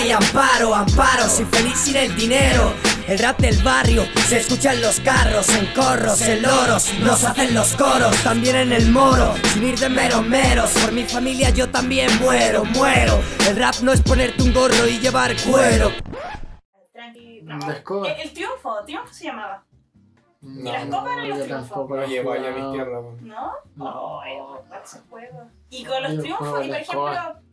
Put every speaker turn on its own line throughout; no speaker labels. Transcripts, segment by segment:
hay amparo, amparo, soy feliz sin el dinero. El rap del barrio se escucha en los carros, en corros, en loros, nos hacen los coros, también en el moro, sin ir de meromeros. Por mi familia yo también muero, muero. El rap no es ponerte un gorro y llevar cuero.
Tranqui. no.
La escoba.
El, el triunfo, triunfo se llamaba.
No,
las copas eran los
yo
triunfos.
tampoco he
Oye, vaya mi
jugado.
izquierda, weón.
¿No?
No.
Ay, recordar esos juegos. Y con los
Yo
triunfos,
jugaba
y
la
por
escoba.
ejemplo,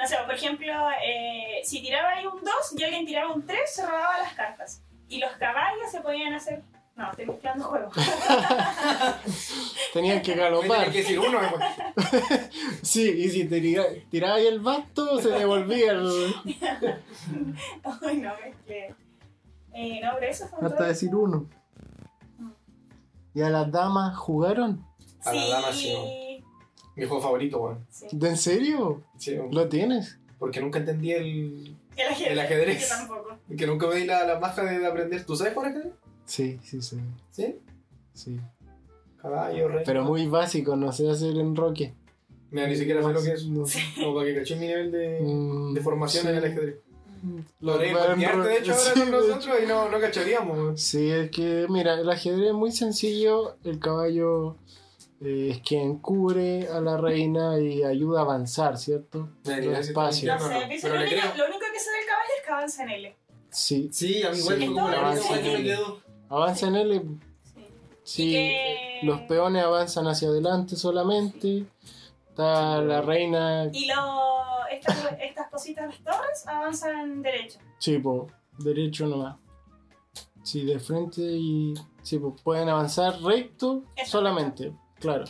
no sé, por ejemplo, eh, si tiraba ahí un 2 y alguien tiraba un 3, se robaba las cartas. Y los caballos se podían hacer. No, estoy mezclando juegos.
Tenían que
Voy a tener
galopar.
que decir uno, eh, weón.
Sí, y si te tira- tiraba ahí el basto, se devolvía el...
Ay, no mezclé. Eh, no, pero eso fue
hasta
todo.
decir uno. ¿Y a las damas jugaron?
A la dama,
Sí.
sí. Mi juego favorito, weón.
sí.
¿De en serio?
Sí, weón.
¿Lo tienes?
Porque nunca entendí el.
El ajedrez.
El ajedrez.
Yo tampoco.
Que nunca me di la, la paja de aprender. ¿Tú sabes jugar ajedrez?
Sí, sí, sí.
Sí.
sí.
Caballo, rey.
Pero muy básico, no sé hacer enroque.
Mira, ni siquiera sé lo que es.
No.
Como para que caché mi nivel de,
Mm,
de formación
sí.
en el ajedrez.
Lo
Lo haré
va a
patearte, de hecho, ahora
enro-
con nosotros y no, no cacharíamos, weón.
Sí, es que, mira, el ajedrez es muy sencillo. El caballo eh, es quien cubre a la reina y ayuda a avanzar, ¿cierto?
Sí,
Los
sí, sí,
espacios.
No
no,
sé,
no,
pienso
pero
lo,
le
único,
creo.
lo único que sé del caballo es que avanza en L.
Sí,
Sí, a mí igual
Sí.
fue como la
Entonces,
única weá que me
sí.
quedó.
avanza en L.
Sí.
Sí,
que-
los peones avanzan hacia adelante solamente. Está la reina,
Y lo, estas, estas cositas, las torres, avanzan derecho.
sí, po, derecho nomás. Sí, de frente y. Sí, po, pueden avanzar recto
Exacto.
solamente, claro.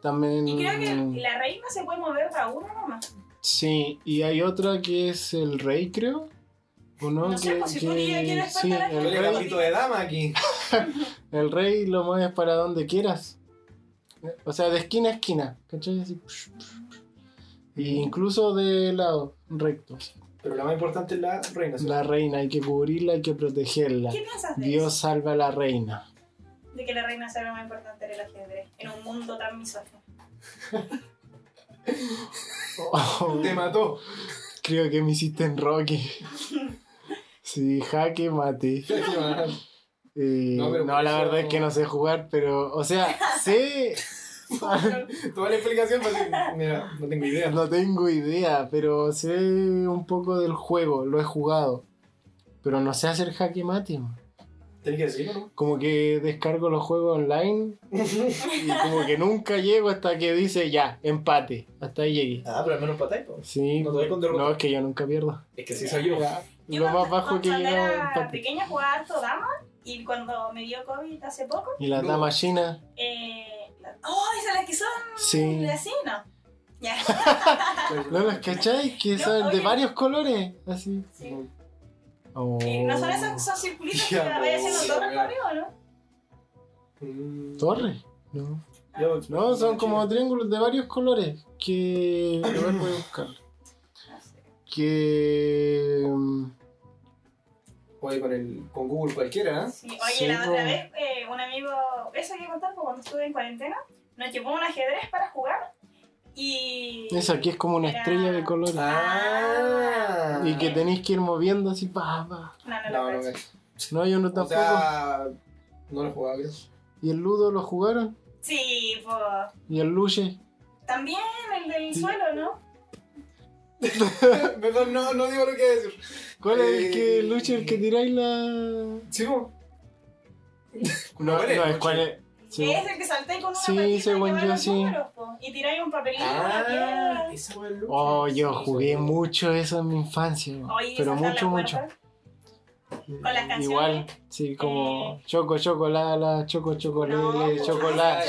También. mm,
Y creo
Mm.
que la reina se puede mover para uno nomás.
Sí, y hay otra que es el rey, creo. ¿O no?
No sé,
que,
pues, si
que-
tú digas que eres
sí,
parte de la
el
Huele
familia.
rey,
gambito de dama aquí.
el rey lo mueves para donde quieras. O sea, de esquina a esquina. ¿Cachai? Así, psh, psh, psh. Y incluso de lado, recto.
Pero la más importante es la reina. ¿sí?
La reina, hay que cubrirla, hay que protegerla.
¿Qué piensas de
Dios salva a la reina.
eso? De que la reina sea lo más importante del ajedrez. En un mundo tan misógino.
Te mató.
Oh, creo que me hiciste en Rocky. Sí, jaque mate. Eh,
No,
no,
pero por
la
eso-
verdad es que no sé jugar, pero, o sea, sé,
Toda la explicación fue así. Mira, no tengo idea.
no tengo idea, pero sé un poco del juego, lo he jugado, pero no sé hacer jaque mate. man.
Tienes que decirlo, ¿no?
Como que descargo los juegos online y como que nunca llego hasta que dice ya, empate, hasta ahí llegué.
Ah, pero al menos patáis, po.
Sí,
No te voy con derrota.
no, es que yo nunca pierdo.
Es que sí soy yo.
Ya,
Yo
lo
cuando-
más bajo que
cuando
llegaba
era
empate.
pequeña jugaba harto dama. Y cuando me dio COVID hace poco,
Y las
No.
damas chinas,
eh, la- ¡Oh, esas las que son!
Sí.
Así, ¿no? Ya.
¿no las cacháis? Que
No,
son de
oye.
varios colores, así.
Sí.
Oh.
Eh, ¿No son esos, esos circulitos que
Ya,
la
no,
vaya haciendo
sí,
torres para
mira.
arriba o no?
Mm,
¿Torres? No.
yo-
No, son como triángulos de varios colores que. A ver, voy a buscar.
No sé.
Que. mm,
Oye, con, el, con Google cualquiera, ¿eh?
Sí, oye,
Sí,
la
po.
otra vez eh, un amigo, eso que contar fue cuando estuve en cuarentena, nos llevó un ajedrez para jugar y...
Eso aquí es como una estrella de colores.
Ah.
Y que tenéis que ir moviendo así, pa, pa.
No, no,
No,
no.
no,
no,
no.
No, yo no
O
tampoco.
sea, no lo jugaba, creo.
¿Y el Ludo lo jugaron?
Sí, pues...
¿Y el Luche?
También el del
Sí.
suelo, ¿no?
Mejor no, no digo lo que decir.
¿Cuál es el
Eh,
que el Luche el que tiráis la.?
Sí, po.
No, no,
¿cuál es?
es cuál es. Sí.
Que es el que salté con una
Sí,
patita y
según
lleva
yo,
los
sí.
números, po. Y tiráis un papelito,
Ah.
una piedra.
esa fue el Lucha.
Oh, yo
Sí,
jugué
sí.
mucho eso en mi infancia.
Oye,
pero
saltar la
mucho, mucho.
puerta. Con las canciones. Eh.
Igual, sí, como choco, chocolala, choco, chocolate,
No, pues,
chocolate,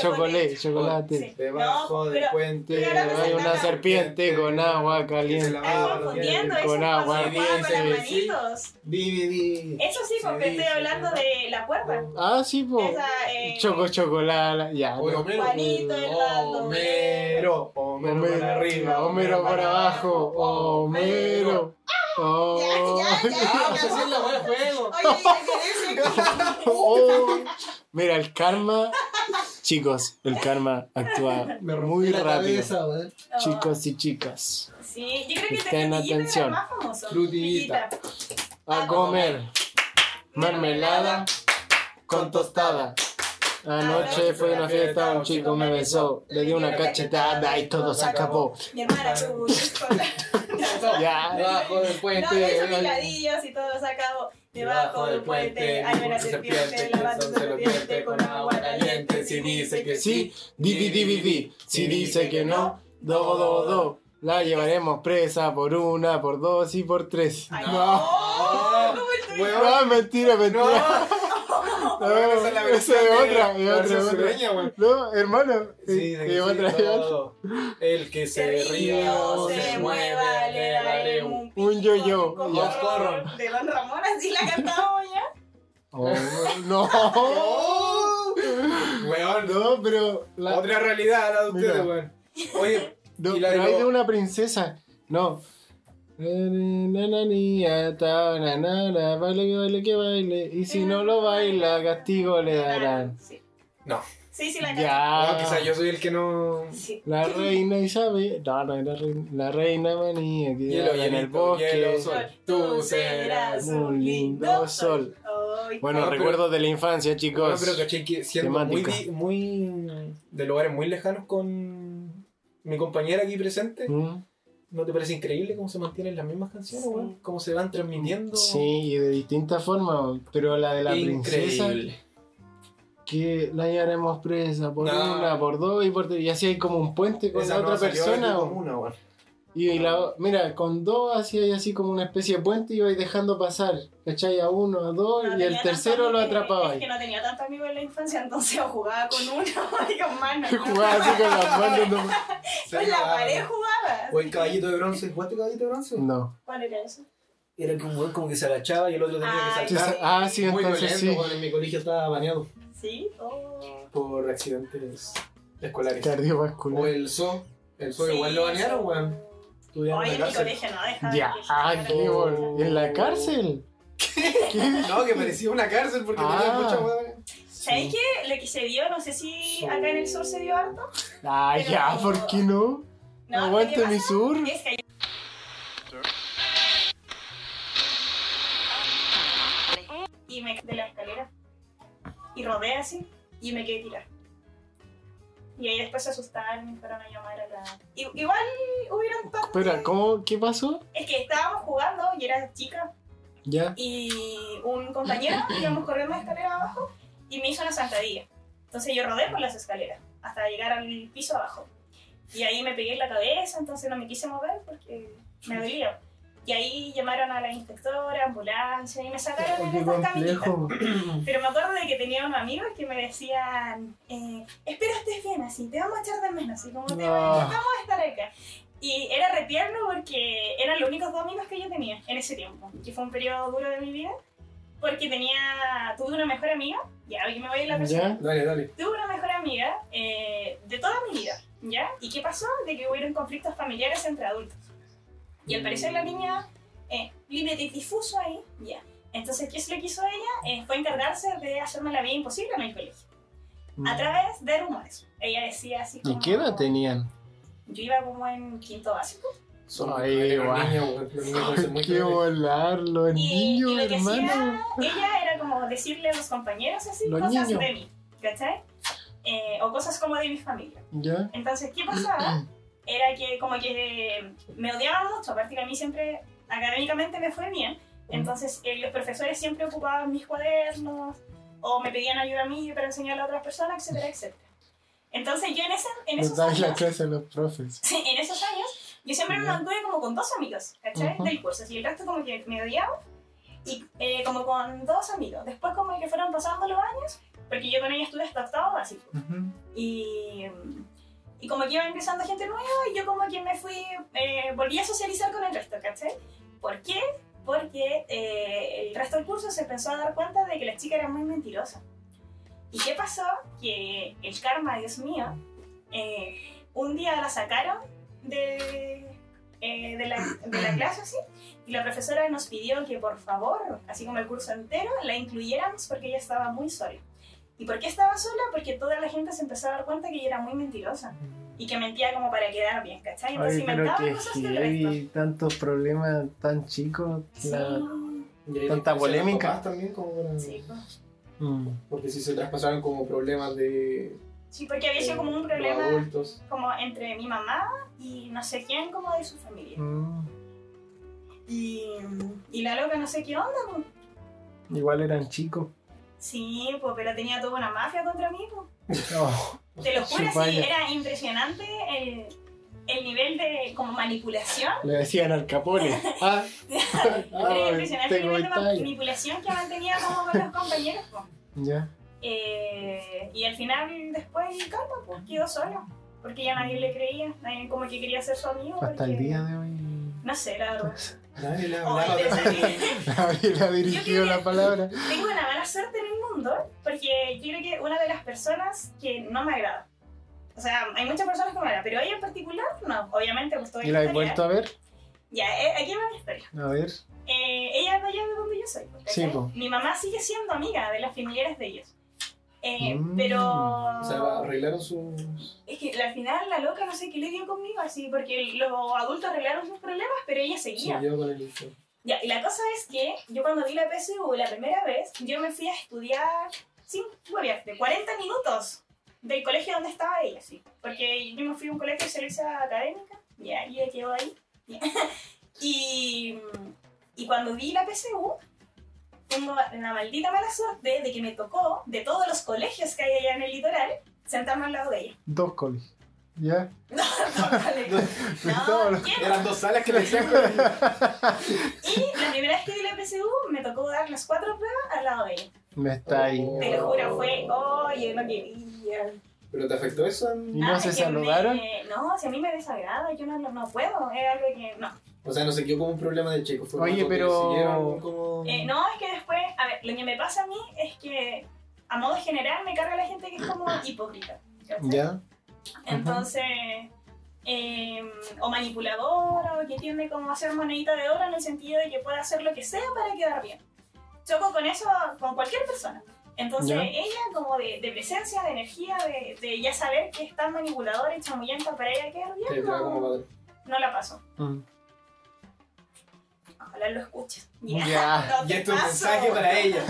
chocolate,
chocolate.
Sí.
chocolate.
Debajo
No,
del
pero-
puente
pero ahora me
Hay
saltaba.
una serpiente con agua caliente.
Estás
Ah,
confundiendo,
bien,
eso
con
es cuando
agua,
jugaba con las
bien,
sí,
manitos.
DVD.
Eso sí, porque
Sí,
estoy
sí,
hablando
sí.
de la puerta.
Ah, sí, po.
Esa, eh,
Choco, chocolala, ya.
Oye,
no.
Homero.
Juanito, el dando.
Homero. Homero
Homero,
para arriba.
Homero para abajo, Homero. Oh,
Ya, ya, ya.
Ah, pues así es la wea de juego.
Oye, ¿qué dice?
oh. Mira, el oh. karma Chicos, el karma actúa
Me rompí
muy
la
rápido.
cabeza, weón.
Oh,
Chicos y chicas,
Sí, yo creo que
Estén
Tecatillito era
atención.
el más famoso.
Frutillita.
Frutillita. Ah,
a comer mermelada con tostada.
Ah,
Anoche fue una fiesta, un chico me besó, le di una cachetada y todo se acabó.
Mi hermana tuvo un hijo.
Ya,
Debajo del
No,
puente.
hizo
weón.
picadillos y todo se acabó. Debajo del puente hay una serpiente, lavándose los dientes con agua caliente. Si dice que
sí, divi, divi, di. Si dice que no, do, do, do. La llevaremos presa por una, por dos y por tres.
Ay,
No,
no, ¿cómo el tuyo?
Huevón.
no, mentira,
No,
mentira.
Weón, esa es la versión
Esa es
de-
otra, es
la
otra,
versión
otra.
sureña, weón.
No, hermano.
Sí, de que
y otra,
sí,
y otra.
todo. El que
Se
se
ríe o se mueva, le daré un
Un
pico,
yo-yo,
pico,
ya.
corro. De Don Ramón, así la cantamos ya.
Oh, no.
¡Oh! Weón,
No, pero. la-
otra realidad la de ustedes,
Mira.
weón. Oye,
no,
y la
pero
de-
hay de una princesa. No. Na, na, ni, ata, na, na, na, Baile que baile que baile. Y si no lo baila, castigo le darán.
Sí,
no.
sí, sí, la cantamos.
No,
Ya.
quizás yo soy el que no.
Sí.
La reina Isabel. No, no, la reina, la reina manía que
Hielo,
anda en el
hielito,
bosque.
hielo, sol. Tú serás
un lindo sol.
Ay,
Bueno,
No, pero-
recuerdos de la infancia, chicos.
No, pero caché que siendo muy,
Temática.
di- muy. de lugares muy lejanos con mi compañera aquí presente,
Mm.
¿no te parece increíble cómo se mantienen las mismas canciones,
Sí.
weón? Cómo se van transmitiendo.
Sí, y de distintas formas, pero la de la princesa,
increíble.
que la llevaremos presa por
No.
una, por dos y por tres, y así hay como un puente con
Esa
la
no
otra
salió de tu
persona. o-
comuna, weón.
Y la, mira, con dos así hay así como una especie de puente y vais dejando pasar, ¿cachai? A uno, a dos,
No
y el
tenía
tercero
tanto
lo
amigo,
atrapabais.
Es que no tenía tanto amigo en la infancia, entonces o jugaba con uno y con mano.
Jugaba así ah, con las manos. No.
Con la pared jugaba.
O el caballito de bronce. ¿Jugaste caballito de bronce?
No.
¿Cuál era eso?
Era que un weón como que se agachaba y el otro tenía
Ay,
que saltar.
Ah, sí,
Muy
entonces
violento,
sí.
weón, en mi colegio estaba baneado
Sí. Oh.
por accidentes escolares. O
Cardiovascular.
el zoo. El zoo
Sí,
igual lo banearon,
eso.
weón. Estudiaron
Oye,
en
en
la
mi
cárcel.
colegio no deja
Ya, ah, qué bol- ¿En la cárcel? ¿Qué?
No, que parecía una cárcel porque
Ah.
tenía mucha weón.
¿Sabéis qué? Lo que se dio, no sé si acá en el sur se dio harto.
Ah, ya, ¿por qué no?
No, lo que
Aguante
pasa
mi sur.
Es que y me caí de la escalera y rodé así y me quedé tirada. Y ahí después se asustaron y fueron a llamar a la. I- Igual hubieron todos.
Espera, ¿cómo? ¿Qué pasó?
Es que estábamos jugando y era chica
Ya.
y un compañero íbamos corriendo la escalera abajo y me hizo una zancadilla. Entonces yo rodé por las escaleras hasta llegar al piso abajo. Y ahí me pegué en la cabeza, entonces no me quise mover porque me dolía. Y ahí llamaron a la inspectora, ambulancia y me sacaron en
Qué
estas caminitas.
complejo.
Pero me acuerdo de que tenía unos amigos que me decían, eh, espero estés bien así, te vamos a echar de menos, así como te
No.
vamos a estar acá. Y era re tierno porque eran los únicos dos amigos que yo tenía en ese tiempo, que fue un periodo duro de mi vida, porque tenía, tuve una mejor amiga, ya, hoy me voy a ir la persona.
¿Ya?
Dale, dale.
Tuve una mejor amiga eh, de toda mi vida, ¿ya? ¿Y qué pasó? De que hubieron conflictos familiares entre adultos. Y al parecer la niña, eh, límite difuso ahí, ¿ya? Entonces, ¿qué es lo que hizo ella? Eh, fue encargarse de hacerme la vida imposible en el colegio, a través de rumores. Ella decía así como...
Mm. ¿Y qué edad tenían?
Yo iba como en quinto básico.
Son
Ay,
Ay,
guau.
weón. Los niños parecen muy
Qué
terribles.
volar,
Y,
los
y
niños,
lo que
hermano.
hacía ella era como decirle a los compañeros así
Los
cosas
niños.
de mí, ¿cachai? Eh, o cosas como de mi familia.
¿Ya?
Entonces, ¿qué pasaba? Era que como que me odiaban mucho, aparte que a mí siempre académicamente me fue bien. Entonces, eh, los profesores siempre ocupaban mis cuadernos o me pedían ayuda a mí para enseñar a otras personas, etcétera, etcétera. Entonces, yo en, esa, en,
Nos
esos,
daban la
años,
clase a los profes.
sí, en esos años, yo siempre me
Ya.
mantuve como con dos amigos, ¿cachai?
Ujú.
Del curso, y el resto como que me odiaba y eh, como con dos amigos. Después como que fueron pasando los años, porque yo con ella estuve hasta octavo básico. Y, y como que iba ingresando gente nueva, y yo como que me fui, eh, volví a socializar con el resto, ¿cachai? ¿Por qué? Porque eh, el resto del curso se empezó a dar cuenta de que la chica era muy mentirosa. ¿Y qué pasó? Que el karma, Dios mío, eh, un día la sacaron de, eh, de, la, de la clase así, y la profesora nos pidió que por favor, así como el curso entero, la incluyéramos porque ella estaba muy sola. ¿Y por qué estaba sola? Porque toda la gente se empezó a dar cuenta que ella era muy mentirosa y que mentía como para quedar bien, ¿cachai? Entonces
Ay, pero
inventaba
que
cosas del resto.
heavy, tantos problemas tan chicos. la-
Sí,
Y ahí
Tanta
después
polémica.
los papás también, como para-
sí, pues.
Mm.
Porque si se traspasaron como problemas de.
Sí, porque había sido como un
de
problema
adultos.
como entre mi mamá y no sé quién como de su familia.
Mm.
Y, y la loca no sé qué onda. pues.
Igual eran chicos.
Sí, pues, pero tenía toda una mafia contra mí. Pues.
Oh,
Te lo juro, sí,
Chupalla.
era impresionante el, el nivel de como manipulación.
le decían al capone. Ah,
era
ah,
impresionante el
tengo
nivel de
detalle.
manipulación que mantenía como con los compañeros. pues.
Ya.
Eh, y al final, después, calma, pues, quedó solo. Porque ya nadie le creía, nadie como que quería ser su amigo.
Hasta el
porque-
día de hoy.
No sé, la verdad.
Nadie le
Ay,
hablaba
pero-
de
Nadie le ha dirigido la palabra.
Tengo una mala suerte en el mundo porque yo creo que una de las personas que no me agrada. O sea, hay muchas personas que me agradan, pero ella en particular no. Obviamente, pues todavía
¿Y la he vuelto a ver?
Ya, eh, aquí va mi historia.
A ver.
Eh, ella es de allá de donde yo soy. ¿cachai?
Sí, po.
Mi mamá sigue siendo amiga de las familiares de ellos. Eh,
Mm.
Pero.
O sea, arreglaron sus.
Es que al final la loca no sé qué le dio conmigo así, porque los adultos arreglaron sus problemas, pero ella seguía.
siguió con el.
Ya, y la cosa es que yo cuando vi la PSU la primera vez, yo me fui a estudiar sin huevear, de 40 minutos del colegio donde estaba ella, sí. Porque yo me fui a un colegio de excelencia académica, ya, y ella quedó ahí. ya. Y, y cuando vi la PSU, tengo la maldita mala suerte de que me tocó, de todos los colegios que hay allá en el litoral, sentarme al lado de ella.
Dos colegios. ¿Ya?
No, no, vale.
Todos
no,
los-
¿quién?
Eran dos salas que le decían con el.
Y la primera vez que di la PSU, me tocó dar las cuatro pruebas al lado de ella.
No está ahí.
Te lo juro, fue, oye, no quería.
¿Pero te afectó eso? en-
¿Y no
Ah,
se
es que
saludaron?
me- no, si a mí me desagrada, yo no, no, no puedo, es algo que no.
O sea, no se quedó como un problema de chico. Fue
Oye,
algo que
pero-
siguieron como-
Mm.
Eh, no, es que después, a ver, lo que me pasa a mí es que a modo general me carga la gente que es como hipócrita. ¿cachai?
¿Ya?
Entonces, eh, o manipuladora, o que tiende como a ser monedita de oro en el sentido de que puede hacer lo que sea para quedar bien. Choco con eso, con cualquier persona. Entonces,
Ya.
ella como de, de presencia, de energía, de, de ya saber que es tan manipuladora y chamullenta para ella quedar
Te
bien,
llevaba como
no,
padre.
no la paso.
Mm.
Ojalá lo escuches.
Ya.
No,
Y
te
esto es un
paso.
mensaje para ella.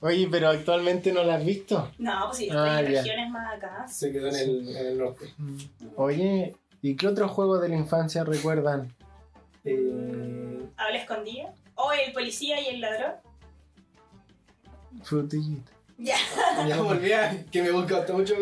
Oye, pero actualmente no la has visto.
No, pues sí, estoy
Ah,
en
ya.
regiones más acá.
Se quedó en el, en el norte.
Mm. Oye, ¿y qué otros juegos de la infancia recuerdan?
Eh,
Habla escondida. O el policía y el ladrón.
Frutillita.
Ya.
ya volví a. Que me buscaste mucho.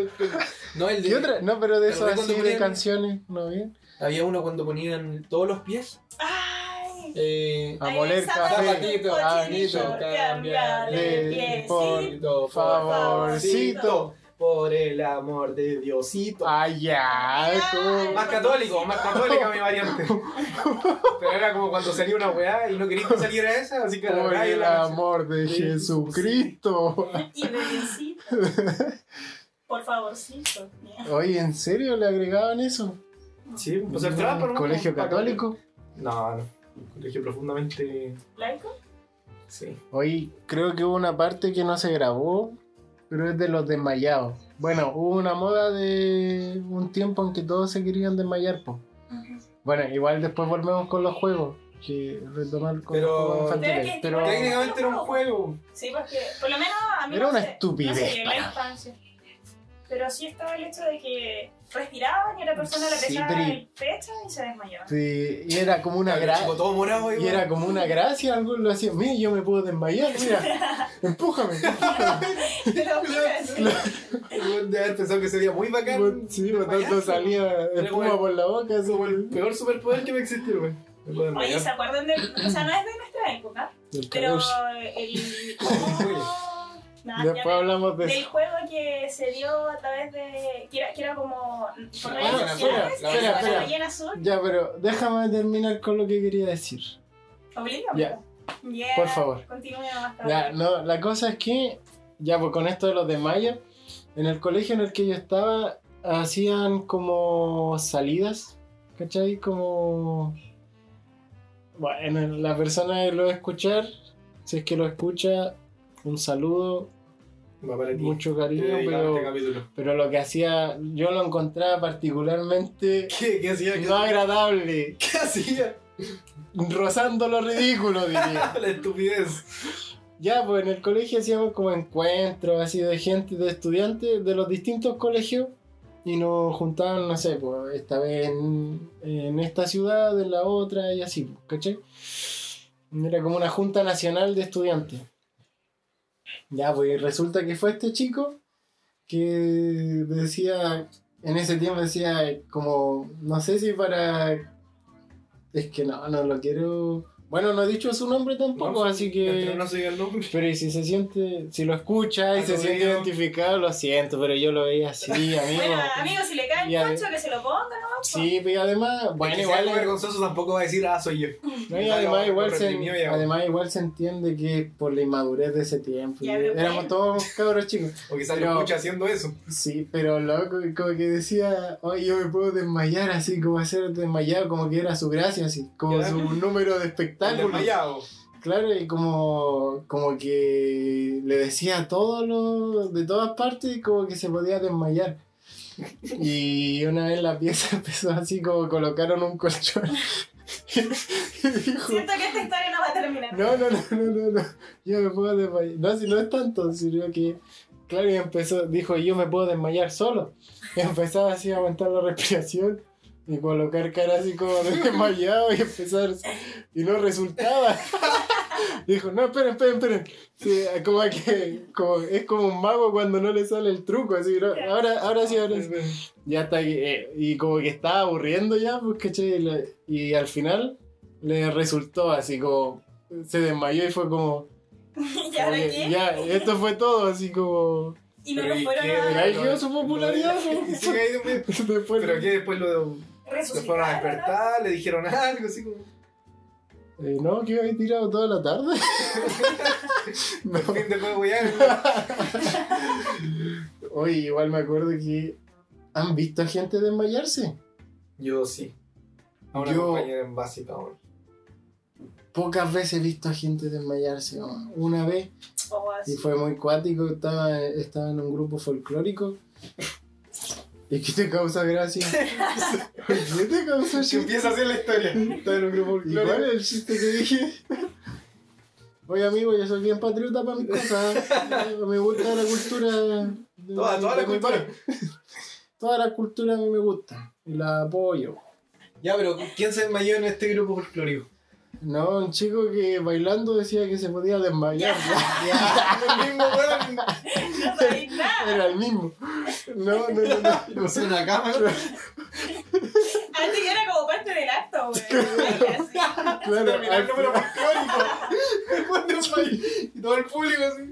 No, el de.
¿Y otra? No, pero de
¿Te
eso
acordás cuando
así de
ponían-
canciones, ¿no bien?
Había uno cuando ponían todos los pies.
Ay.
Eh,
A moler café.
zapatito,
cochinito,
cochinito,
cambiarle
de-
pies,
por-
sí.
por
favorcito.
Por el amor de Diosito.
Ah, ya. ¿cómo?
Más católico, más católica mi variante. Pero era como cuando salía una weá y no quería que saliera esa, así que la
Por
weá y
el
la-
amor de
Sí,
Jesucristo.
Y bebecito. Por favorcito.
Oye, ¿en serio le agregaban eso?
Sí, pues el trapo, ¿no?
¿Colegio
Para-
católico?
No, no. Un colegio profundamente.
¿Laico?
Sí.
Oye, creo que hubo una parte que no se grabó, pero es de los desmayados. Bueno, hubo una moda de un tiempo en que todos se querían desmayar, po. Bueno, igual después volvemos con los juegos, que retomar con
Pero-
los juegos infantiles.
Pero
Pero,
que-
Técnicamente era un juego.
Sí, porque por lo menos a mí
Era
no
una
se-
estupidez,
No se llegó a la
pero-
infancia. Pero sí estaba el hecho de que respiraban y la persona le
Sí,
pesaba
pero-
el pecho y se desmayaba.
sí, y era como una
Era chico
gracia.
todo morado
Y era como una gracia, algunos lo hacían. Mira, yo me puedo desmayar, mira. Empújame.
Te lo juro, sí.
De haber pensado que sería muy bacán.
sí, por tanto
desmayarse.
salía espuma
como-
por la boca. así.
Como el peor superpoder que me existió, güey. Me puedo
Oye,
desmayar.
¿se acuerdan del.? O sea, no es de nuestra época,
El
pero
cabush.
el. oh,
Oye.
Nah, ya
Después hablamos de
del
eso.
juego que se dio a través de. que era, que era como. por redes
ballena azul,
sociales,
la
que
ballena
era
azul.
la ballena azul.
Ya, pero déjame terminar con lo que quería decir.
Oblígame.
Ya.
Yeah,
Por favor.
Continúe más tarde.
Ya, no, la cosa es que, ya, pues con esto de los desmayos, en el colegio en el que yo estaba, hacían como salidas, ¿cachai? Como. Bueno, la persona que lo va a escuchar, si es que lo escucha, un saludo
Va para ti.
mucho
Te
cariño,
dedicaba este
pero,
capítulo.
pero lo que hacía, yo lo encontraba particularmente
¿Qué, qué hacía? ¿Qué,
no agradable,
qué hacía?
rozando lo ridículo, diría.
La estupidez.
Ya, pues en el colegio hacíamos como encuentros así de gente, de estudiantes de los distintos colegios y nos juntaban, no sé, pues esta vez en, en esta ciudad, en la otra y así, pues, ¿cachai? Era como una junta nacional de estudiantes. Ya, pues resulta que fue este chico que decía, en ese tiempo decía, como, no sé si para... Es que no, no lo quiero... Bueno, no he dicho su nombre tampoco,
No,
así que...
Entre no se diga el nombre.
Pero y si se siente, si lo escucha y
Ah,
se
lo
siente
veo.
identificado, lo siento, pero yo lo veía así, amigo.
Bueno, amigo, si le cae
Y a-
el concho, que se lo ponga, ¿no?
Sí, pero además, bueno,
pues. Que sea
igual, eh.
algo vergonzoso tampoco va a decir, ah, soy yo.
no, y
Ya lo-
además,
lo
igual se,
reprimió ya.
además igual se entiende que por la inmadurez de ese tiempo,
Ya,
y
pero
éramos
bueno.
todos cabros chicos.
O quizás
Pero-
lo escucha haciendo eso.
Sí, pero loco, como que decía, oye, yo me puedo desmayar así, como hacer desmayado, como que era su gracia, así, como
Ya.
su número de
El
espectáculo.
Desmayado.
Claro, y como, como que le decía a todos los, de todas partes, como que se podía desmayar. Y una vez la pieza empezó así como colocaron un colchón. Y dijo,
Siento que esta historia no va a terminar.
no, no, no, no, no, no, yo me puedo desmayar. No, si no es tanto, sino que, claro, y empezó, dijo, yo me puedo desmayar solo. Y empezaba así a aguantar la respiración y colocar cara así como de desmayado y empezar, y no resultaba. Dijo, no, esperen, esperen, esperen. Sí, como que como, es como un mago cuando no le sale el truco, así, ¿no? ahora, ahora sí, ahora sí. Ya está, eh, y como que estaba aburriendo ya, pues, ¿cachai? Y le- Y al final le resultó así como, se desmayó y fue como,
¿Y ahora
oye,
qué?
ya, esto fue todo, así como...
Y no
Pero
lo
¿y
fueron
qué?
Y
a
ahí quedó su popularidad,
Y
pues.
sí, ahí después-
Después,
Pero que después lo, lo fueron a
resucitar. ¿no?
despertar, le dijeron algo, así como.
Eh, no, que había tirado toda la tarde. No.
Por fin te puedo huear.
Oye, igual me acuerdo que han visto a gente desmayarse.
Yo sí. A una
Yo-
compañera en básica ahora.
Pocas veces he visto a gente desmayarse. ¿no? Una vez
O Pues, así.
Y fue muy cuático, estaba, estaba en un grupo folclórico. ¿Y qué te causa gracia? ¿Qué te causa
Se
chiste?
empieza a hacer la historia. Está en un grupo
¿Y cuál
folclórico.
es el chiste que dije? Oye amigo, yo soy bien patriota para mis cosas. ¿eh? Me gusta la cultura. de-
Toda,
de
toda la
mi
cultura.
país. Toda la cultura a mí me gusta. Y la apoyo.
Ya, pero ¿quién se desmayó en este grupo folclórico?
No, un chico que bailando decía que se podía desmayar.
El mismo weón.
No sabéis nada.
Era el mismo. No, no, no, no.
Le puso una cámara.
Antes yo era como parte del acto, güey.
Claro,
Terminó el
al-
número folclórico. El weón desmayó. Y todo el público así.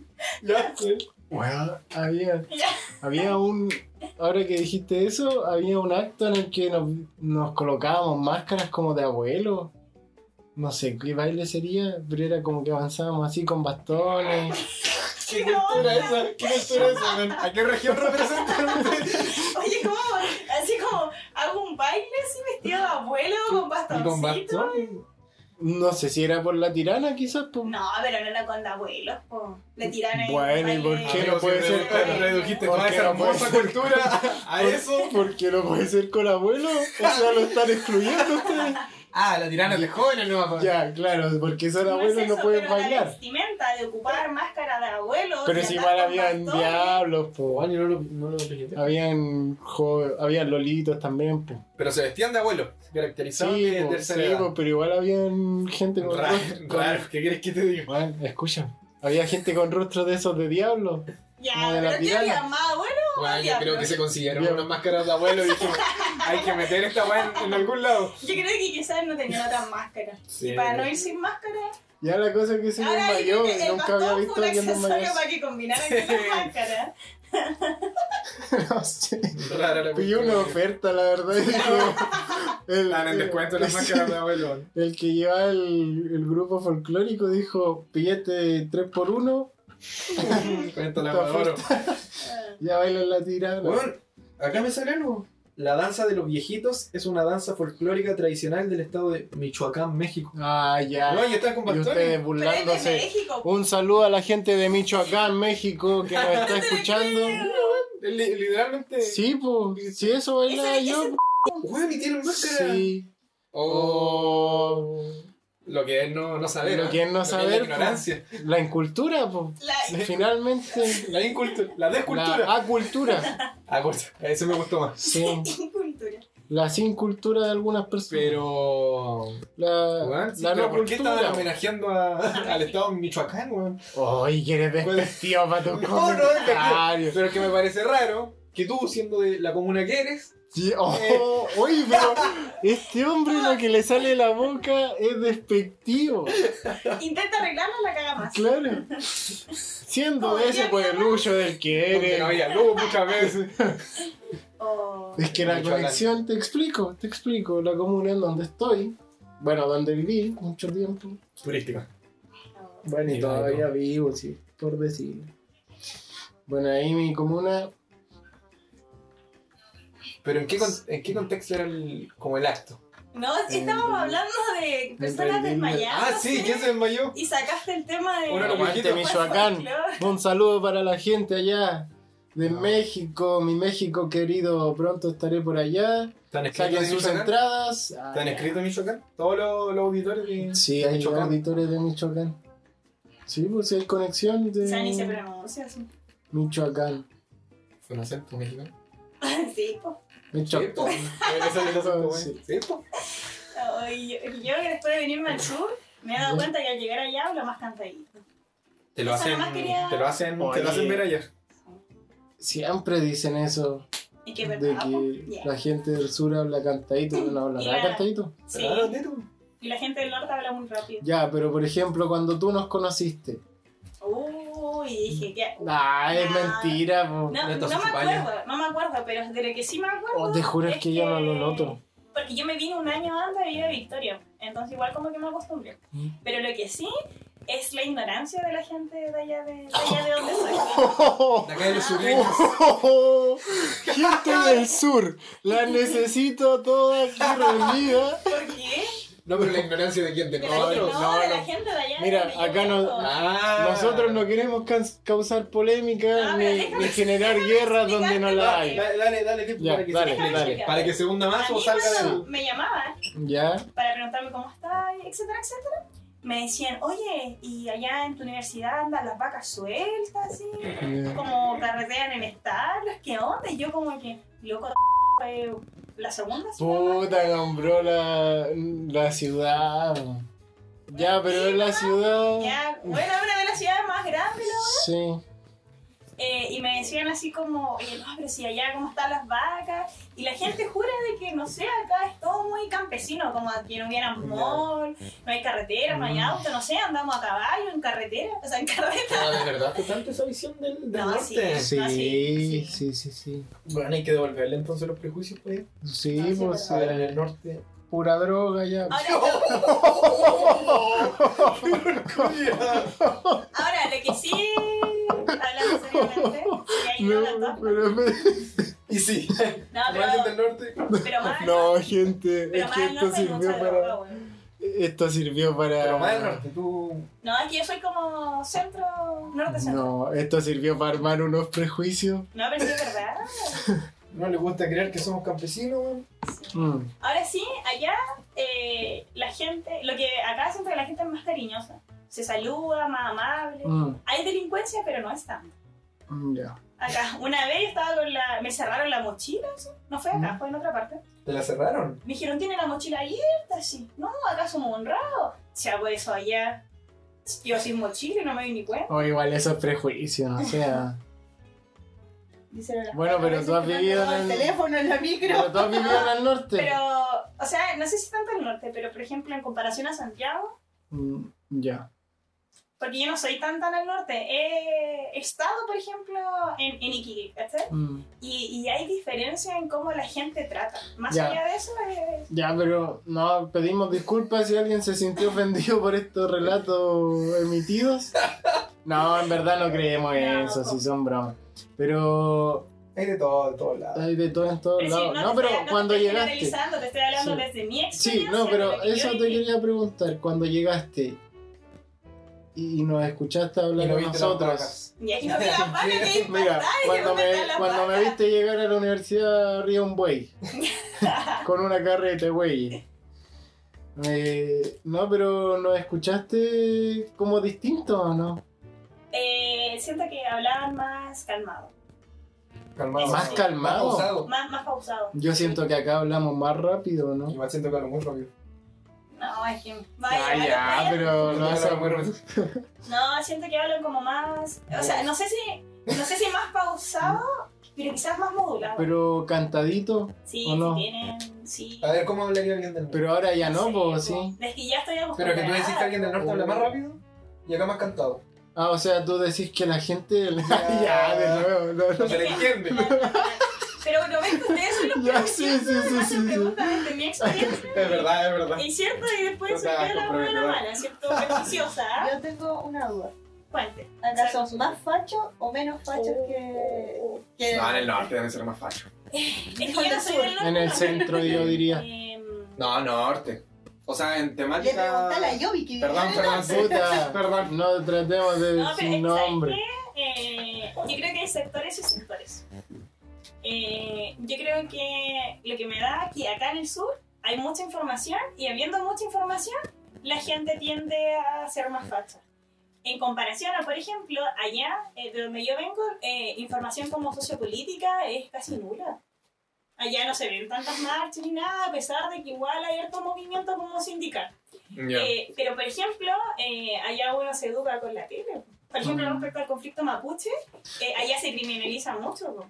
Ya,
Bueno, había,
Ya.
había un. Ahora que dijiste eso, había un acto en el que nos, nos colocábamos máscaras como de abuelo. No sé qué baile sería, pero era como que avanzábamos así con bastones.
¿Qué cultura esa? ¿Qué cultura esa, weón? ¿A qué región representa?
Oye, ¿cómo? Así como hago un baile así vestido de abuelo con
Y con
bastoncito.
bastón.
No sé si era por la tirana, quizás. po.
No, pero no era con abuelos, po. Le tiran ahí.
Bueno, ¿y por qué
Amigo,
no puede
si
ser
redu-
con-
Redujiste
¿Por
toda
qué
esa
no puede
hermosa
ser?
cultura a eso.
¿Por qué no puede ser con abuelo? Eso lo están excluyendo ustedes.
Ah, la tirana de jóvenes no va
Ya, claro, porque son
No es
abuelos no
eso,
pueden
pero La
bailar.
vestimenta de ocupar máscara de abuelo.
Pero
de
si
andar
igual
con
habían
bastón.
diablos, po.
Ah,
Juan, yo no lo, no lo presenté.
Habían, jo- habían lolitos también, po.
Pero se vestían de abuelo. Se
Sí,
caracterizaban de
po,
tercera
sí,
edad.
po, pero igual había gente con
Raro,
rostro- con-
raro, ¿qué quieres que te diga?
Bueno, escucha, había gente con rostros de esos de diablo.
Ya,
como de la
pero ¿qué
tirana.
había más abuelo o más diablo?
consiguieron
Bien.
máscaras de abuelo y dijeron, hay que meter esta weá en, en algún lado.
Yo creo que quizás no tenían otras máscaras.
Sí.
Y para no ir sin máscara,
Ya la cosa es que se
ahora yo
desmayó
creo que
y
el
nunca había
bastón
visto
fue
a
un
alguien
accesorio
desmayarse.
para que combinaran con Ah. las máscaras.
No sé.
Rara la
Pilló una
cuestión.
oferta, la verdad. y dijo, el,
Estaban en descuento las máscaras de abuelo.
el que lleva el, el grupo folclórico dijo, pillete 3x1,
Cuento la
Esta
oro.
ya baila la tirana.
Bueno, acá me sale algo.
La danza de los viejitos es una danza folclórica tradicional del estado de Michoacán, México.
Ah, ya.
Weón, y están con
Y
bastones.
ustedes
Pero es de
burlándose.
México. po.
Un saludo a la gente de Michoacán, México, que nos está escuchando.
Li- Literalmente.
Sí, pues, si eso bailaba
Ese-
yo.
Weón, y tienen máscara.
Sí.
O
O
lo que es no, no Oh. saber.
Lo que es no
La
saber,
ignorancia.
la incultura, pues.
La,
Finalmente,
La incultura. La descultura.
la acultura.
Ah, corta. Eso me gustó más.
Sí.
incultura.
La sin cultura de algunas personas.
Pero.
La,
Weón, sí,
la
pero
no
¿por qué estaban
cultura.
homenajeando a- al estado de Michoacán, weón?
Ay, que eres despectivo para tus
No, no,
comentarios.
Pero que me parece raro que tú, siendo de la comuna que eres,
Sí, oh, oye, pero este hombre lo que le sale de la boca es despectivo.
Intenta arreglarla, la caga más.
Claro. Siendo de ese pueblucho del que
donde no
eres.
había luz muchas veces.
O-
Es que la
Michoacán.
conexión, te explico, te explico. La comuna en donde estoy, bueno, donde viví mucho tiempo.
Turística.
Bueno, y
Sí,
todavía vivo, sí, por decir. Bueno, ahí mi comuna,
Pero ¿en qué, con- en qué contexto era el, como el acto?
No,
Eh,
estábamos hablando de personas
entendí.
desmayadas.
Ah, sí, ¿quién se desmayó?
Y sacaste el tema de.
Bueno,
Bueno,
aguante Michoacán. Un saludo para la gente allá
Ah.
de México, mi México querido, pronto estaré por allá.
¿Están escritos
Saquen
en
sus
Michoacán?
entradas. Ah,
¿Están escritos en Michoacán? Todos los, los auditores de
Sí,
de
hay
Michoacán.
auditores de Michoacán. Sí, pues hay conexión
O sea, ni se
de
pronuncia así.
Michoacán.
¿Fue un acento mexicano?
Sí, po.
Sí, po.
Michoacán.
Debe ser el acento, weón.
Sí.
Sí, po.
Oh, y yo, y yo que después de venirme al sur, me he dado
Ya.
cuenta que al llegar allá hablo más cantadito.
Te lo
Eso
hacen,
nomás quería-
pues. te lo hacen, te
Oye.
lo hacen ver ayer.
Siempre dicen eso,
Y que es
de
verdad, po.
que
Ya.
la gente del sur habla cantadito, no hablará
Ya.
cantadito.
Sí.
Claro, Tito.
Y la gente del norte habla muy rápido.
Ya, pero por ejemplo, cuando tú nos conociste.
Uy, dije que.
Ah, es
Ah.
mentira, po.
No, no
Neto
me
Zupaña.
acuerdo, no me acuerdo, pero de lo que sí me acuerdo.
Oh, te juras
es
que yo no lo noto.
Porque yo me vine un año antes de ir a Victoria, entonces igual como que me acostumbré.
Mm.
Pero lo que sí es la ignorancia de la gente de allá de, de, allá de donde soy.
De acá de los sureños.
Gente del sur, la necesito toda aquí reunida.
¿Por qué?
No, pero la ignorancia de quién, de
De la, no,
nosotros.
de la gente de allá
Mira,
de donde yo
acá no-
vengo.
Ah.
Nosotros no queremos can- causar polémica
No, pero
ni,
déjame-
ni generar guerras donde no la hay.
Dale, dale, dale, tiempo
Ya,
para que
dale,
se
dale.
explique. Para que se hunda
A
más o
mí
salga de
cuando
la-
me llamaban
Ya,
para preguntarme cómo está, etcétera, etcétera, me decían, oye, ¿y allá en tu universidad andan las vacas sueltas, así?
ya.
Como carretean en establos, ¿qué onda? Y yo como que, loco, eh, la segunda ciudad
Puta, nombró la, la ciudad. Ya, pero es la ciudad.
Ya, bueno, una de las ciudades más grandes.
Sí.
eh, y me decían así como, oye, no, pero si allá cómo están las vacas. Y la gente jura de que, no sé, acá es todo muy campesino, como que no hubieran mall, no hay carretera,
Mm.
no hay auto, no sé, andamos a caballo, en carretera, o sea, en carretera.
Ah, de verdad.
Tanto esa visión del, del
No,
norte.
sí.
Sí,
Ah, sí,
sí, sí, sí.
Bueno, hay que devolverle entonces los prejuicios, pues.
Sí,
Ah, sí,
pues
A ver, en
eh,
el norte.
pura droga ya.
Ahora, ahora, lo que sí, hablando seriamente, sí, ahí no,
No,
tanto.
pero me-
Y sí,
no,
como alguien del
pero,
norte.
pero más,
no, gente,
pero
es
más
que
al
esto
norte hay
sirvió
mucha droga,
para
bueno.
esto sirvió
Pero más del
para
norte, tú.
No, es que yo soy como centro, norte-centro.
no, esto sirvió para armar unos prejuicios.
No, pero sí es verdad.
No le gusta creer que somos campesinos, weón.
Mm,
Ahora sí, allá eh, la gente, lo que acá siento que la gente es más cariñosa. Se saluda, más amable.
mm,
Hay delincuencia, pero no es tanto.
mm, ya.
Acá, una vez yo estaba con la. Me cerraron la mochila, así. No fue
Mm.
acá, fue en otra parte.
¿Te la cerraron?
Me dijeron, tiene la mochila abierta, así. No, acá somos honrados. Si hago eso allá, yo sin mochila y no me doy ni cuenta.
O igual esos prejuicios, no sé. ah.
Dicen las
Bueno, pero
veces
tú has
que me han
vivido
robado
en
el
el-
teléfono en la micro.
Pero tú has vivido en el norte.
Pero, o sea, no sé si tanto el norte, pero por ejemplo, en comparación a Santiago,
Mm, ya.
porque yo no soy tan tan al norte, he estado, por ejemplo, en, en Iquique, ¿cachai?
mm.
Y, y hay diferencia en cómo la gente trata. Más
Ya.
allá de eso, es...
Ya, pero no, pedimos disculpas si alguien se sintió ofendido por estos relatos emitidos. No, en verdad no creemos
No,
eso,
no.
si son bromas. Pero
Hay de todo, de todos lados.
Hay de todo en todos
sí,
lados.
te
No,
estoy-
pero
no te
cuando
estoy
llegaste.
generalizando, te estoy hablando
Sí.
desde mi
Sí,
experiencia.
no, pero
de lo que
eso
yo
te
viví.
quería preguntar. Cuando llegaste y nos escuchaste
Y
hablar
no
a
viste las
nosotros.
vacas.
Y ahí no vi las vacas que impactada,
Mira,
y
cuando
yo
me,
las
cuando me
vacas.
viste llegar a la universidad arriba un buey, con una carreta, güey. Eh, no, pero nos escuchaste como distinto, ¿o no?
Eh, siento que hablaban más calmado,
Calmado.
Más
calmado.
pausado.
más, más pausado.
Yo siento que acá hablamos más rápido, ¿no?
Igual siento que hablo muy rápido.
No, es que. Vaya,
Ah, ya,
vaya.
pero no
Siento
hace
que hablo muy rápido.
No, siento que hablan como más. O sea, no sé si. No sé si más pausado, pero quizás más modulado.
Pero cantadito,
sí,
¿o
si
no?
tienen. Sí.
A ver, ¿cómo hablaría alguien del norte?
pero ahora Ah, ya no,
po.
pues sí.
Es que ya estoy
Pero que tú decís que alguien del norte habla más rápido y acá más cantado.
Ah, o sea, tú decís que la gente.
Ya.
ya, de nuevo, no,
No
no.
se le entiende.
Pero lo ven que ustedes son los
Ya,
que
sí,
siempre
sí, sí,
me hacen
sí, sí.
preguntas desde mi experiencia.
Es verdad, es verdad.
Y cierto, y
No
después se
te hagas
queda la buena la
comprometedor.
mala, ¿cierto? ¿ah? Prejuiciosa.
Yo tengo una duda.
Cuente.
¿Acá son más fachos o menos fachos que, que-
No, en el norte debe ser más facho.
Es que yo no soy del norte.
En el centro, yo diría.
Em,
No, norte. O sea, en
Le
temática.
pregunté a la Yobi que
Perdón, perdón, sí.
Puta,
Perdón.
no tratemos de
No, pero
sin
es que, ¿sabes
nombre.
qué? Eh, yo creo que hay sectores y sectores. Eh, yo creo que lo que me da que acá en el sur hay mucha información y habiendo mucha información, la gente tiende a ser más facha. En comparación a, por ejemplo, allá eh, de donde yo vengo, eh, información como sociopolítica es casi nula. Allá no se ven tantas marchas ni nada, a pesar de que igual hay harto movimiento como sindical. Eh, pero, por ejemplo, eh, allá uno se educa con la tele. Por ejemplo,
Mm.
respecto al conflicto mapuche, eh, allá se criminaliza mucho. po,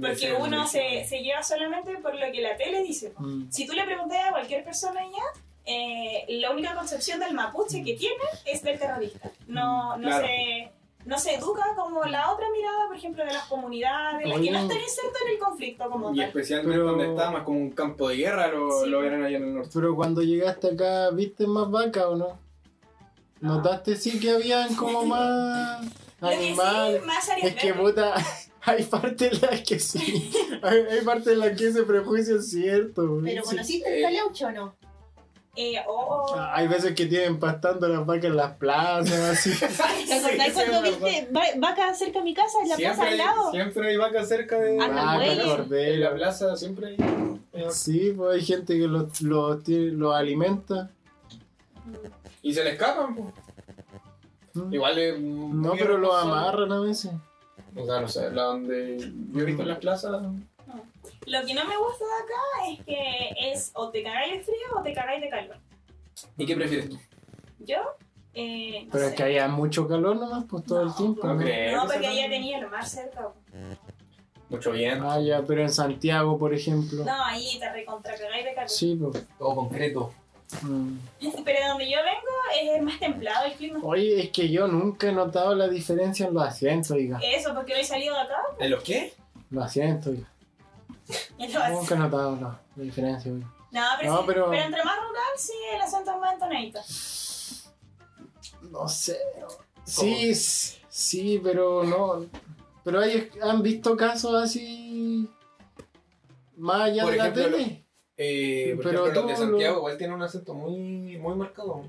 porque uno se, se lleva solamente por lo que la tele dice. po.
Mm.
Si tú le preguntas a cualquier persona allá, eh, la única concepción del mapuche que tiene es del terrorista. No, no,
Claro.
se, no se educa como la otra mirada, por ejemplo, de las comunidades, las que no
Oye.
están insertas en el conflicto como
Y
tal.
especialmente
Pero-
donde está, más como un campo de guerra, lo,
Sí.
lo verán allá en el norte.
Pero cuando llegaste acá, ¿viste más vaca o no? ¿Notaste sí que habían como más
Lo que sí,
animales?
más áreas
Es que
verdes.
puta, hay partes en las que sí. Hay, hay partes en las que ese prejuicio es cierto. güey,
Pero
sí.
conociste el caleucho o no?
Eh, oh,
Ah, Hay veces que tienen pastando las vacas en las plazas, así.
¿Te acordás cuando
Sí, sí, es
viste va- vaca cerca de mi casa, en la
Siempre
plaza al
hay-
lado?
Siempre hay vacas cerca de.
Ah,
Vaca,
muelen.
En la
cordero.
plaza siempre hay. eh,
Sí, pues hay gente que los, los, tiene- los alimenta.
Y se le escapan, pues.
Mm.
Igual es.
No, pero los amarran a veces.
O sea, no sé, la donde yo he visto en las plazas.
Lo que no me gusta de acá es que es o te cagáis de frío o te cagáis de calor.
¿Y qué prefieres tú?
Yo, eh, no
Pero
sé.
es que haya mucho calor nomás, pues todo el
No,
tiempo.
no
¿no?
creo.
No,
Eh, Eso
porque
no-
allá tenía el mar cerca. po.
Mucho bien.
Ah, ya, pero en Santiago, por ejemplo.
No, ahí te recontra cagáis de calor.
Sí, pues.
Todo concreto.
Mm.
Pero donde yo vengo es más templado el clima.
Oye, es que yo nunca he notado la diferencia en los asientos, diga.
Eso, porque no he salido de acá.
¿En los qué?
Los asientos, oiga.
entonces-
Nunca he notado la, la diferencia, oiga.
no, pero,
No,
sí,
pero-
pero entre más rural sí el acento es más entonadito.
No sé. Sí, s- sí, pero no. Pero hay, han visto casos así. Más allá
Por
de la
ejemplo,
tele.
Eh, por
Pero
ejemplo, los de
tú lo-
Santiago igual tienen un acento muy, muy marcado.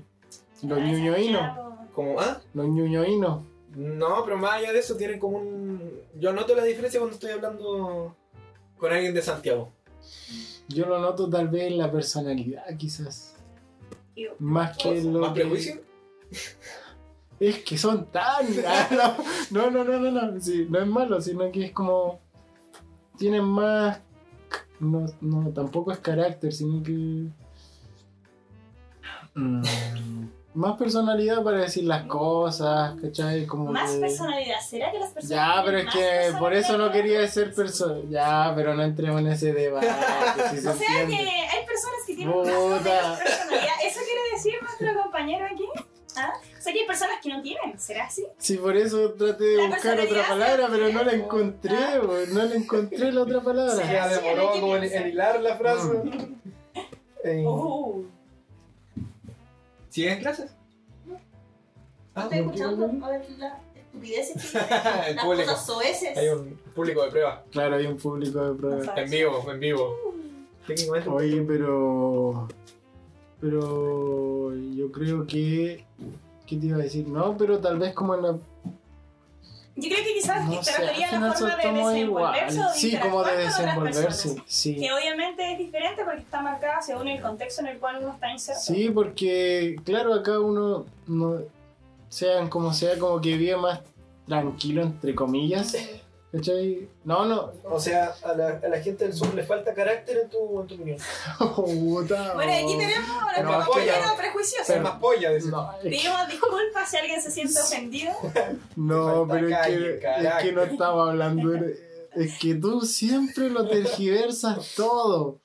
Los
Ah,
ñuñoínos.
Santiago.
Como, ¿ah?
Los ñuñoínos.
No, pero más allá de eso tienen como un... Yo noto la diferencia cuando estoy hablando con alguien de Santiago.
Yo lo noto tal vez en la personalidad, quizás.
Y-
Más que en lo
¿Más
que-
prejuicio?
Es que son tan. Ah, no, no, no, no, no. sí, no es malo, sino que es como. Tienen más. No, no, tampoco es carácter, sino que. mm, más personalidad para decir las cosas, ¿cachai? Como
Más
que-
personalidad. ¿Será que las personas
eh. Ya,
tienen
pero es
más
que por eso no
personalidad?
quería ser persona. Ya, pero no entremos en ese debate. si se
O sea que
entiende.
hay personas que tienen
Puta.
más menos personalidad. ¿Eso quiere decir nuestro compañero aquí? ¿Ah? O sea que hay personas que no tienen, ¿será así?
Sí, por eso traté de
La
buscar otra
personalidad
palabra,
se
pero no la
entiende.
encontré, bo, no la encontré la otra palabra.
Ah,
Sí, así es, hay que pensar.
hilar la Ah. Eh,
Uh,
¿Siguen clases? Ah,
No estoy escuchando. Ah, A ver, la- estupideces que dicen, las
público.
cosas soeces.
Hay un público de prueba.
Claro, hay un público de prueba.
En vivo, en vivo. Técnicamente.
Oye, pero. Pero. Yo creo que. ¿Qué te iba a decir? No, pero tal vez como en la.
Yo creo que quizás
No
te
sé, al
refería a la
final
forma
son
de
todos
desenvolverse o de
iguales. Sí, como de
interactuar con otras
desenvolverse.
personas.
Sí.
Que obviamente es diferente porque está marcada según el contexto en el cual uno está inserto.
Sí, porque claro, acá uno no, sean como sea, como que vive más tranquilo entre comillas. ¿Cachai? No, no.
O sea, a la, a la gente del sur le falta carácter en tu, en tu opinión.
Puta,
Bueno, aquí tenemos a nuestro
Pero
más polla.
compañero prejuicioso.
Ser más polla, decir.
No, es que-
Pedimos disculpas si alguien se siente ofendido.
no,
Falta
pero es
calle,
que, es
carácter.
que no estaba hablando. era- Es que tú siempre lo tergiversas todo.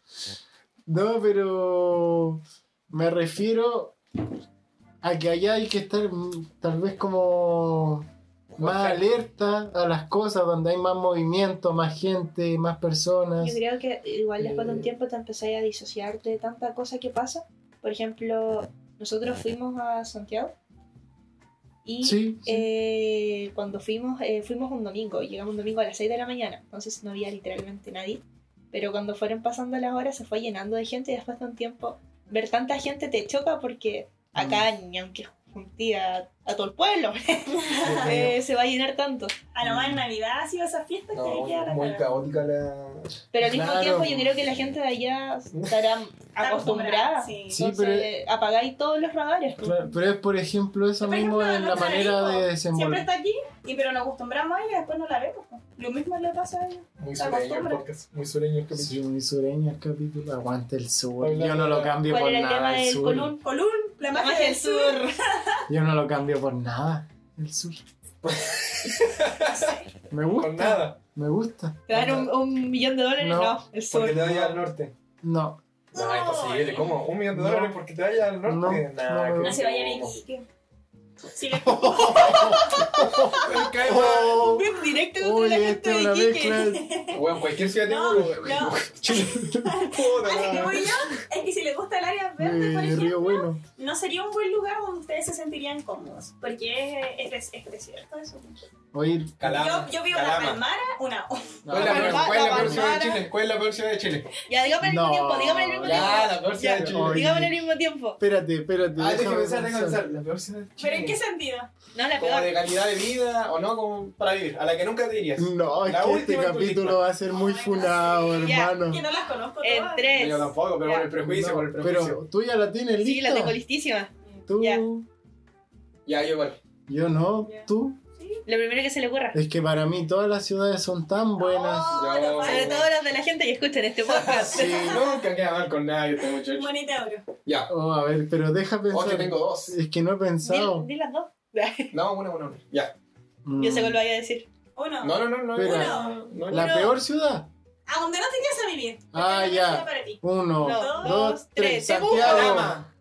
No, pero me refiero a que allá hay que estar mm, tal vez como más alerta a las cosas donde hay más movimiento, más gente, más personas.
Yo creo que igual después de
Eh.
un tiempo te empezáis a disociar de tanta cosa que pasa. Por ejemplo, nosotros fuimos a Santiago y
Sí, sí.
eh, cuando fuimos, eh, fuimos un domingo, y llegamos un domingo a las 6 de la mañana, entonces no había literalmente nadie. Pero cuando fueron pasando las horas se fue llenando de gente y después de un tiempo ver tanta gente te choca porque acá
Mm.
ni aunque juntí a, a todo el pueblo eh, se va a llenar tanto.
A lo más en Navidad ha sido esas fiestas que
No,
hay que dar a
muy
la-
caótica la.
Pero al
Claro.
mismo tiempo yo creo que la gente de allá estará acostumbrada.
Sí.
Sí.
Entonces,
pero-
eh, apagáis todos los radares. pues.
Claro, pero es por ejemplo eso
Por
mismo
ejemplo,
en la
nuestra
manera
Nico
de
Siempre
desenvolver.
está aquí, y pero nos acostumbramos a ella y después no la vemos. po. Lo mismo le pasa a ella.
Muy
La
sureño el
costumbre.
podcast. Muy sureño el capítulo.
Sí, muy sureño el capítulo. Aguante el sur.
Hola.
Yo no lo cambio
¿Cuál
por
era el tema
nada. El
del
sur.
Colún?
Colún, la
La
magia del sur.
Yo no lo cambio por nada. El sur. Me gusta.
Con nada.
Me gusta.
¿Te dan un, un millón de dólares?
No.
No, el sur.
Porque te vaya al norte.
No.
No, imposible. ¿Cómo? ¿Un millón de
No.
dólares porque te vayas al
No,
norte? Nah,
no.
que-
No se vayan a Iquique. Si le
Me cae mal.
Oh,
Bien directo contra la
Oye,
gente
esta es
de
una
Iquique.
mezcla.
Weón, cualquier ciudad
No,
tengo.
no. A lo que voy yo es que si les gusta el área verde, por
de
ejemplo,
Río Bueno.
no sería un buen lugar donde ustedes se sentirían cómodos. Porque es, es, es desierto eso.
Oye,
Calama.
Yo, yo vivo en la
Calama.
Palmara, una
no,
¿Cuál es la peor-
Calama,
cuál es la peor
Calama.
ciudad de Chile? ¿Cuál es la peor ciudad de Chile?
Ya, dígame al
No.
mismo tiempo, dígame al mismo tiempo.
Ya, la peor ciudad de
Ya,
Chile.
dígame al mismo tiempo.
espérate, espérate.
Ah, déjame
déjame
pensar,
pensar.
déjame pensar. La peor ciudad de Chile.
¿Pero en qué sentido?
No, la
Como
peor.
de calidad de vida o no, como para vivir. A la que nunca te irías.
No, es
La
que este
última en tu
capítulo
lista.
va a ser muy funado,
Ya,
hermano.
Que no las conozco
En
todas.
tres.
Yo tampoco, pero
Ya.
por el prejuicio,
No,
por el prejuicio.
pero tú ya la tienes lista.
Sí, la tengo listísima.
Tú,
Ya.
Ya, yo igual.
yo no,
Ya.
tú.
Lo primero que se le ocurra.
Es que para mí todas las ciudades son tan buenas.
Oh,
Yo-
no,
Sobre todo los de la gente que escucha en este podcast.
Sí.
Nunca queda mal con nadie este muchacho.
Moniteuro.
Ya.
Oh, a ver, pero deja
O que
pensar.
tengo dos.
Es que no he
Dil,
pensado.
dil las dos.
No, una, una, una. Ya.
Yo sé
Mm.
cuál vaya a decir.
Uno.
No, no, no, no.
Espera.
no, no,
La
no.
peor ciudad.
A donde no te quieras a vivir.
Ah,
Porque no
ya.
es para ti.
Uno,
No,
dos,
dos,
tres.
tres.
Santiago.
Calama.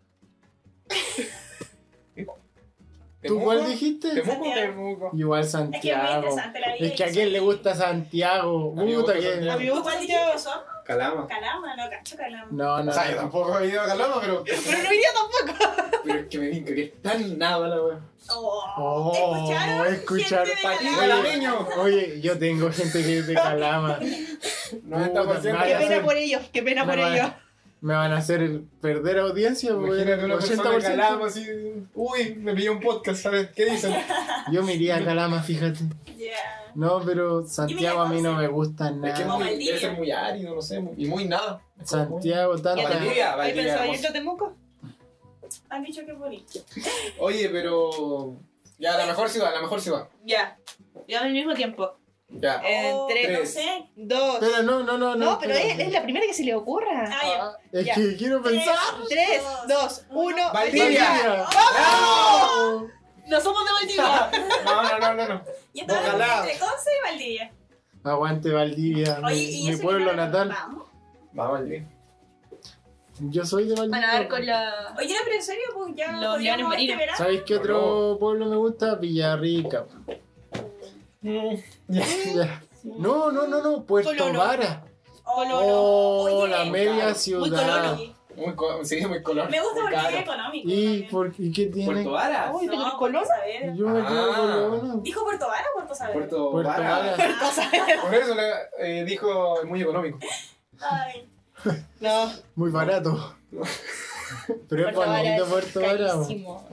¿Tú
Temuco.
cuál dijiste?
Temuco.
Santiago.
Temuco.
Igual
Es que es muy
Santiago.
interesante la vida.
Es que a quién le gusta Santiago.
A mí me
Puta
gusta Santiago.
que.
¿Tú cuál dijiste que son?
Calama.
Calama, no, cacho Calama.
No, no.
O sea, yo tampoco he ido a Calama, pero,
Pero no iría tampoco.
pero es que me vinca que es tan nada la wea.
Oh,
Oh,
¿Escucharon?
escuchar.
Gente de
Patito
Calama.
Calameño.
Oye, yo tengo gente que es de Calama.
90%
Puta,
Qué
nada.
pena por ellos, qué pena
No,
por
no,
ellos.
Me van a hacer el- perder audiencia, güey.
Imagínate una persona de
80%.
Calama así. Uy, me pilló un podcast, ¿sabes? ¿Qué dicen?
Yo me iría a Calama, fíjate.
Ya.
No, pero Santiago a mí no me gusta
Es que es
nada.
muy,
Maldivia.
debe ser muy árido, no sé, muy- y muy nada. Es como muy-
Santiago,
Ya
tanta.
tenemos-
Valdivia,
¿Hay
Valdivia,
pensado irte
hermoso.
a Temuco?
Han dicho que es bonito.
Oye, pero. Ya, la mejor ciudad, la mejor ciudad.
Ya. Digamos al mismo tiempo.
Ya.
En
Oh,
tres,
No sé.
dos.
Pero no, no, no, no.
No, pero es,
espérate.
es la primera que se le ocurra.
Ah, ya.
Ah, es
Ya.
que quiero pensar.
Tres, dos, uno.
Valdivia.
Ah.
Oh.
¡No!
No somos de Valdivia.
No, no, no, no. no.
Yo estaba
Ojalá.
entre Conce y Valdivia.
Aguante Valdivia, mi-
Oye, y
mi,
eso que
pueblo
no-
natal.
Vamos.
Va, Valdivia.
Yo soy de Valdivia.
Bueno, a ver con la.
Oye, no, pero en serio, pues ya.
Los
podríamos
leones marinos.
este verano.
¿Sabéis qué otro pueblo me gusta? Villarrica. Mm, Ya. No, no, no, no. Puerto
Coloro.
Vara.
Oh,
Coloro.
Oh,
Oye,
la media
claro.
ciudad.
Muy
Oye,
Muy co- sí, muy color.
Me gusta
muy
porque es
caro.
económico.
¿Y,
también.
por, ¿Y qué tiene?
Puerto Vara.
Uy, ¿te querés
No,
color?
Puerto Saavedra.
Yo me quedo con
Ah.
lo bueno.
¿Dijo Puerto Vara o Puerto Saavedra?
Puerto,
Puerto
Vara.
Vara.
Ah.
Por eso le eh, dijo es muy económico.
Ay,
No,
Muy barato. Pero es
Puerto Vara
bonito
es
Puerto Vara.
carísimo.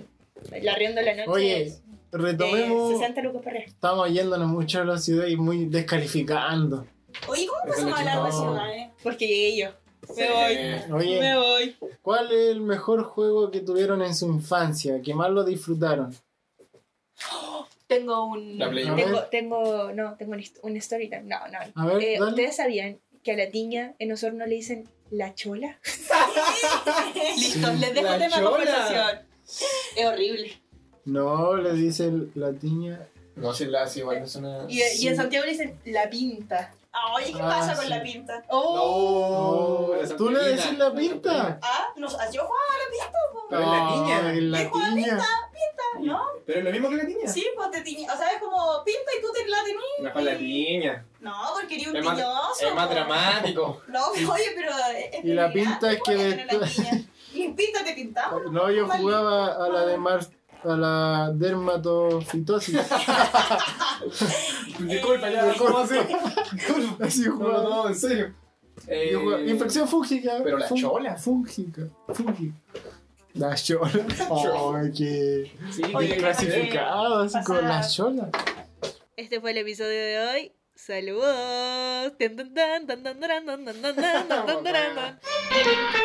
La rienda de la noche
Oye,
es de
Retomemos.
60 lucas por reja.
Estamos yéndonos mucho a la ciudad y muy descalificando.
Oye, ¿cómo
Eso
pasamos a
le
hablar de
chupó.
ciudades?
Porque llegué yo. Me
Eh,
voy.
Oye.
Me voy.
¿Cuál es el mejor juego que tuvieron en su infancia? ¿Que más lo disfrutaron?
Tengo un.
La Play
tengo,
Uno.
tengo. No, tengo un, hist- un story time. No, no.
A ver,
Eh,
dale.
¿Ustedes sabían que a la tiña en Osorno le dicen la chola? Listo, les dejo
La
tema de
chola.
conversación. Es horrible.
No, le dice el- la tiña.
No, si la, si igual es una.
Y, y en Santiago le dicen la pinta.
Ah, Oye, ¿qué
Ah,
pasa con
sí.
la pinta?
No,
Oh,
la
¿Tú le
Santiaguina,
decís la pinta?
Ah, no, yo jugaba a la pinta,
Pero es la tiña.
en la
¿Qué juega
tiña.
¿no?
Pero es lo mismo que la tiña.
Sí, pues te tiñe. O sea, es como pinta y tú te la tenías.
Mejor la tiña.
No, porque eres un
Es más-
tiñoso.
Es más
po.
dramático.
No, oye, pero. es- es
Y la
realidad,
pinta es
¿cómo
que
le ganan a la
después-
niña? Y pinta te pintamos.
No, yo
Vale.
jugaba a la de mar, a la dermatofitosis.
Disculpa, ya, ¿cómo hace? Disculpa.
Así
No, no,
jugaba.
no, en serio. Eh,
Yo jugaba- Infección fúngica.
pero la
fún-
chola.
Fúngica. Fúngica. La chola.
chola.
Ay, qué
Sí,
Oye,
tiene
clasificado, así con la
pasada.
chola.
Este fue el episodio de hoy. Saludos. Tan, tan, tan, tan, tan, tan, tan, tan, tan, tan, tan, tan, tan.